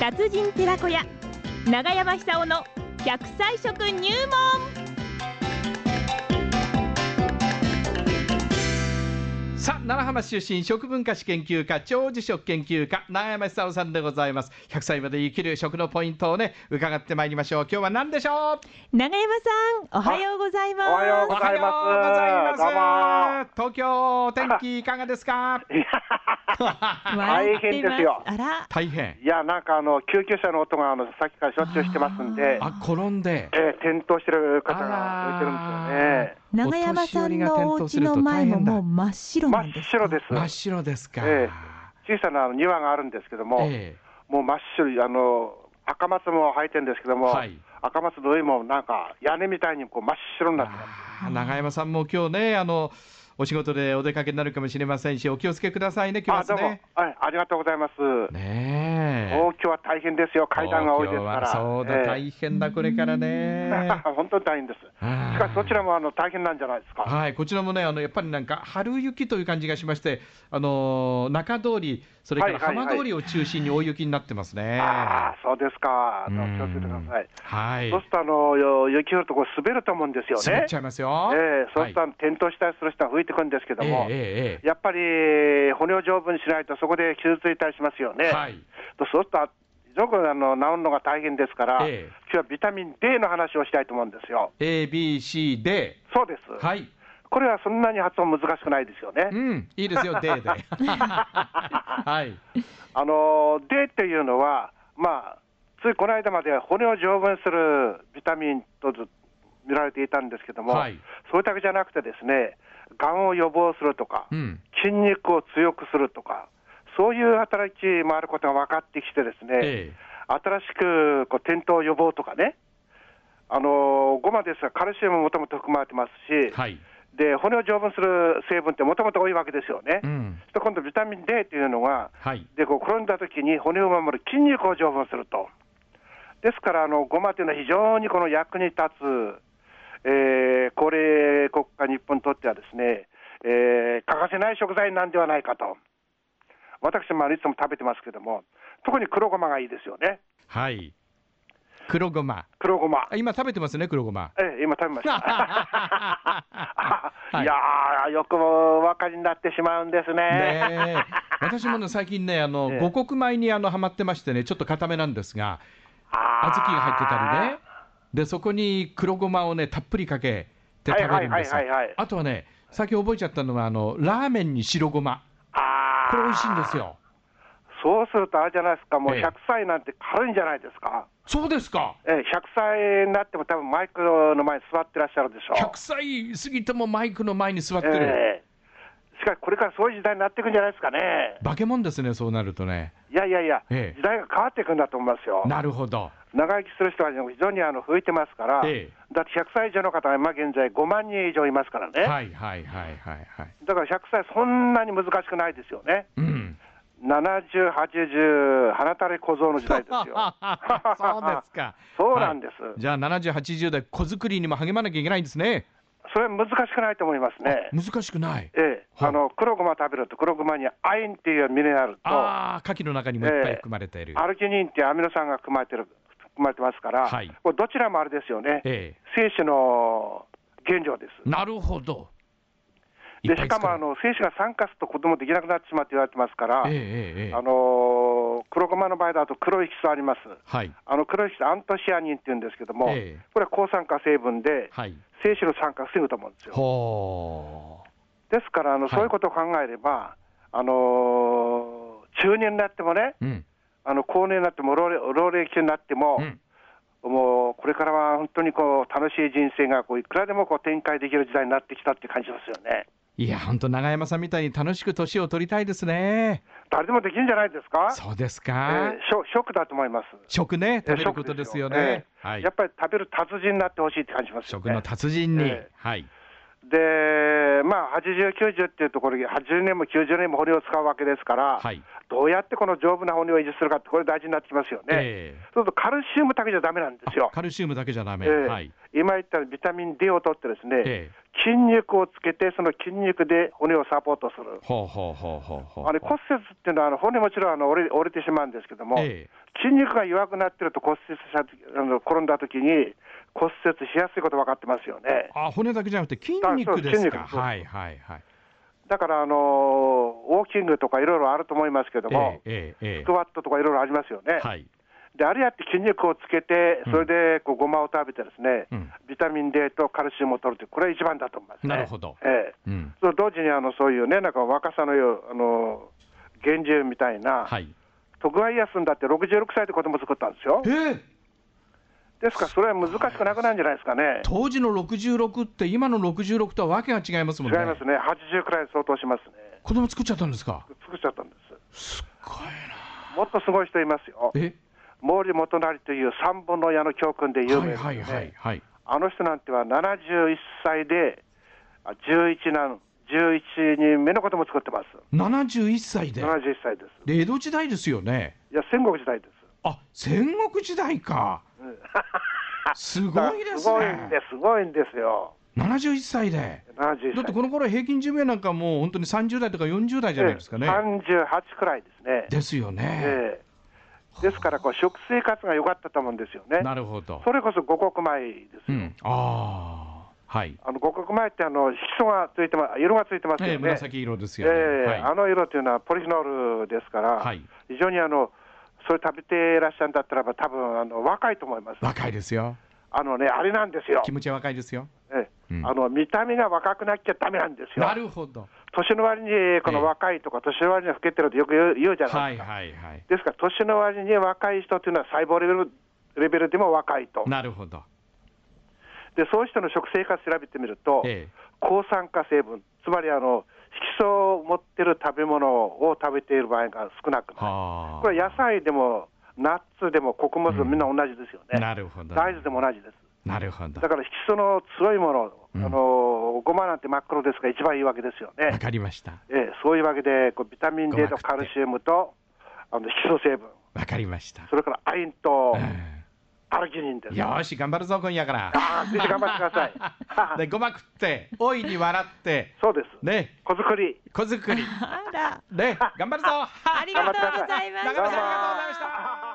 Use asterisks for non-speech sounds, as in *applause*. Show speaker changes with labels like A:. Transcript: A: 達人寺子屋長山久夫の百歳食入門
B: さあ奈良浜市出身食文化史研究家長寿食研究家永山久夫さんでございます100歳まで生きる食のポイントをね伺ってまいりましょう今日は何でしょう
A: 長山さんおはようございます
C: おはようございます
B: おはようござい
C: どう
B: ます東京お天気いかがですか
C: *laughs*
A: 笑って
C: 大変ですよ
A: ますあら
B: 大変
C: いや、なんかあの救急車の音があのさっきからしょっちゅうしてますんで、
B: あ転んで
C: えー転倒してる方がいてるんですよね。
A: 長山さんのお
B: お
A: 家
B: 年寄りが転倒すると
A: の前も
B: 大変だ
A: もう真っ白な
C: 真
A: んで
C: っ
A: す
C: 白です。
B: 真っ白ですか、
C: え小さなあの庭があるんですけども、
B: え
C: もう真っ白い、あの赤松も生えてるんですけども、
B: はい
C: 赤松の上もなんか屋根みたいにこう真っ白になってます。
B: あー永山さんも今日ねあのお仕事でお出かけになるかもしれませんしお気をつけくださいね今
C: あ、
B: 日
C: ど
B: は
C: うも、は
B: ね
C: い、ありがとうございます。
B: ねえ
C: 東京は大変ですよ、階段が多いですから。
B: 東京はそうだ、
C: ええ
B: 大変だこれから
C: *laughs*
B: ね
C: 本当に大変です。し
B: あー
C: かし、そちらもあの大変なんじゃないですか。
B: はい、こちらもね、あのやっぱりなんか春雪という感じがしまして、あのー中通り、それから
C: はいはいはい
B: 浜通りを中心に大雪になってますね。
C: ああ、そうですか。あ
B: う
C: の
B: ん
C: 気をつけてください。
B: はい
C: そうするとあのよ雪降るとこう滑ると思うんですよ
B: 滑
C: ね
B: っ。ちゃいますよ。
C: ええそうすると
B: は
C: あの転倒したりする人が増えてくるんですけど
B: い
C: も、
B: えええええ
C: やっぱり骨を丈夫にしないとそこで傷ついたりしますよ
B: え
C: ね。
B: はい。
C: とそうするとあすごくあの治るのが大変ですから、
B: ええ
C: 今日はビタミン D の話をしたいと思うんですよ。
B: A B C D。
C: そうです。
B: はい。
C: これはそんなに発音難しくないですよね
B: う。ん、いいですよ D
C: *laughs*
B: で。はい。
C: あの D っていうのは、まあ、ついこの間までは骨を丈夫にするビタミンとず見られていたんですけども、
B: はい
C: それだけじゃなくてですね、がんを予防するとか、
B: うん。
C: 筋肉を強くするとか、そういう働きもあることが分かってきてですね、
B: ええ
C: 新しくこう転倒予防とかね、あのごまですが、カルシウムももともと含まれてますし、
B: はい。
C: で骨を丈夫にする成分ってもともと多いわけですよね。
B: うん。
C: そして今度ビタミン D というのが、
B: はい。
C: でこう転んだ時に骨を守る筋肉を丈夫にすると、ですからあのごまというのは非常にこの役に立つ、えー高齢国家、日本にとってはですね、えー欠かせない食材なんではないかと、私もあのいつも食べてますけども、特に黒ごまがいいですよね、
B: はい。黒ごま。
C: 黒ごま。
B: あ今食べてますね黒ご
C: *laughs*
B: ま。
C: ええ今食べまし
B: *laughs*
C: た。
B: はい
C: *laughs* いやー、よくお分かりになってしまうんですね。
B: ね
C: *laughs*
B: え私もね最近ねあの、
C: ええ
B: 五穀米にあのハマってましてねちょっと固めなんですが
C: あー
B: 小豆が入ってたりねでそこに黒ごまをねたっぷりかけて食べるんですよ
C: はいはいはいはいはい
B: あとはね最近覚えちゃったのはあのラーメンに白ごま
C: あー
B: これ美味しいんですよ
C: そうするとあれじゃないですか、もう
B: ええ
C: 100歳なんて軽いんじゃないですか。
B: そうですか
C: ええ、100歳になっても多分マイクロの前に座ってらっしゃるでしょう。
B: 100歳過ぎてもマイクの前に座ってる、
C: ええしかしこれからそういう時代になっていくんじゃないですかね。
B: 化け物ですねそうなるとね
C: いやいやいや、
B: ええ
C: 時代が変わっていくんだと思いますよ。
B: なるほど
C: 長生きする人は非常にあの増えてますから、
B: ええ
C: だって100歳以上の方が今現在5万人以上いますからね。
B: はいはいはいはいはい
C: だから100歳そんなに難しくないですよね。
B: うん
C: 70、80、鼻たれ小僧の時代です
B: *laughs*
C: よ。
B: そうですか
C: そうなんです
B: はいじゃあ70、80代子作りにも励まなきゃいけないんですね
C: *laughs* それは難しくないと思いますね。
B: 難しくない
C: ええ、
B: はい
C: あの黒ごま食べると黒ごまにアインっていうミネラルとア
B: ああ牡蠣の中にもいっぱい含まれている、
C: ルキニンっていうアミノ酸が含まれてる含まれてますから、
B: はい
C: これどちらもあれですよね、
B: え
C: 精子の原料です。
B: えなるほどい
C: で
B: っぱ
C: し
B: い
C: か
B: 使
C: も
B: う
C: あの精子が酸化すると子供できなくなってしまうと言われてますから、
B: ええええええ
C: あのー黒ごまの場合だと黒い色素あります。
B: はい
C: あの黒い色素アントシアニンっていうんですけども、
B: ええ
C: これは抗酸化成分で、
B: はい
C: 精子の酸化を防ぐと思うんですよ。
B: ほ
C: ですからあの、
B: はい
C: そういうことを考えれば、あのー中年になってもね、
B: ううん
C: あの高年になっても老齢老齢期になっても
B: う、ん
C: もうこれからは本当にこう楽しい人生がこういくらでもこう展開できる時代になってきたって感じですよね。
B: いや本当永山さんみたいに楽しく年を取りたいですね
C: 誰でもできるんじゃないですか。
B: そうです
C: え
B: か、
C: ーショショックだと思います。
B: 食ね食べる
C: ショック
B: ことですよ
C: え
B: ね
C: ー
B: はい
C: やっぱり食べる達人になってほしいって感じますよね。
B: 食の達人に、
C: ええ
B: はい
C: で、まあ、80、90っていうところに、80年も90年も骨を使うわけですから、
B: はい
C: どうやってこの丈夫な骨を維持するかって、これ大事になってきますよね。
B: ええ
C: そうするとカルシウムだけじゃダメなんですよ。
B: カルシウムだけじゃダメ、
C: ええ
B: はい、
C: 今言ったビタミン D を取ってですね、
B: ええ
C: 筋肉をつけて、その筋肉で骨をサポートする。
B: ほうほうほうほうほう
C: あれ骨折っていうのは、あの骨もちろんあの折れ折れてしまうんですけども、
B: ええ
C: 筋肉が弱くなってると骨折した時あの転んだ時に骨折しやすいこと分かってますよね。
B: あ骨だけじゃなくて筋
C: あそ
B: 肉
C: う
B: ですか
C: 筋肉そう
B: はいはいはい
C: だから、あのウォーキングとかいろいろあると思いますけども、
B: えええええ
C: スクワットとかいろいろありますよね。
B: はい
C: で、あれやって筋肉をつけて、それでこうごまを食べてですね、
B: うん
C: ビタミン D とカルシウムを取るって、これは一番だと思いますね。
B: なるほど
C: ええ
B: うん
C: そう同時にあのそういうね、なんか若さのよう、あの源流みたいな、
B: はい
C: 徳川家康んだって66歳で子供作ったんですよ
B: え。え
C: ですから、それは難しくなくなるんじゃないですかね。
B: 当時の66って今の66とはわけが違いますもん
C: 違
B: ね
C: いますね、80くらい相当しますね。
B: 子供作っちゃったんですか
C: 作っちゃったんです。
B: すごい
C: もっとすごい人いますよ。
B: なえ
C: 毛利元就という三本の矢の教訓で有
B: は
C: 名
B: い
C: ですよ
B: はい
C: ね、
B: はいはい
C: あの人なんては71歳で、あ11男、11人目の子供作ってます。
B: 71歳で
C: 71歳です。
B: で江戸時代ですよね
C: いや、戦国時代です。
B: あ戦国時代か
C: *laughs*
B: すごいですね
C: すごいんです、すごいんですよ。
B: 71歳で
C: 71歳。
B: だってこの頃平均寿命なんかもう本当に30代とか40代じゃないですかね、
C: ええ38くらいですね。
B: ですよね、
C: ええですからこう、食生活が良かったと思うんですよね。
B: なるほど
C: それこそ五穀米です
B: う
C: よ。
B: んああはい、
C: あの五穀米ってあの色素がついてま色がついてますよ
B: え
C: ね。
B: え紫色です
C: え
B: よね、
C: え
B: はい
C: あの色というのはポリフェノールですから、
B: はい
C: 非常にあのそれ食べていらっしゃるんだったらば多分あの若いと思います。
B: 若いですよ
C: あのねあれなんですよ
B: 気。持ちは若いですよ
C: ええ
B: うん
C: あの見た目が若くなきゃダメなんですよ。
B: なるほど
C: 年の割にこ
B: ええ
C: の若いとか、年の割に老けてるってよく言う言うじゃな
B: はいい
C: ですか。
B: はいはい
C: ですから年の割に若い人というのは細胞レベルレベルでも若いと。
B: なるほど
C: でそういう人の食生活調べてみると。
B: え
C: 抗酸化成分、つまりあの色素を持ってる食べ物を食べている場合が少なく
B: え
C: なる、
B: はあ
C: これ、野菜でもナッツでも穀物でもみんな同じですよね、
B: なるほど
C: 大豆でも同じです、
B: なるほど
C: だから色素の強いもの、
B: うん
C: あのごまなんて真っ黒ですが、一番いいわけですよ
B: わ
C: ね、
B: かりました
C: ええ、そういうわけで、こうビタミン D とカルシウムとあの色素成分、
B: わかりました
C: それから亜鉛と
B: うん
C: アルギニンです。
B: よーし頑張るぞ今夜から
C: ああ、ぜひ頑張ってくだ
B: *laughs*
C: さい。
B: でごまくって大いに笑って
C: そうです。
B: ね
C: 子作り。
B: 子作り
A: あら、
B: ね頑張るぞ
A: ありがとうございまし
B: 長山さんありがとう
A: た
B: ございま。した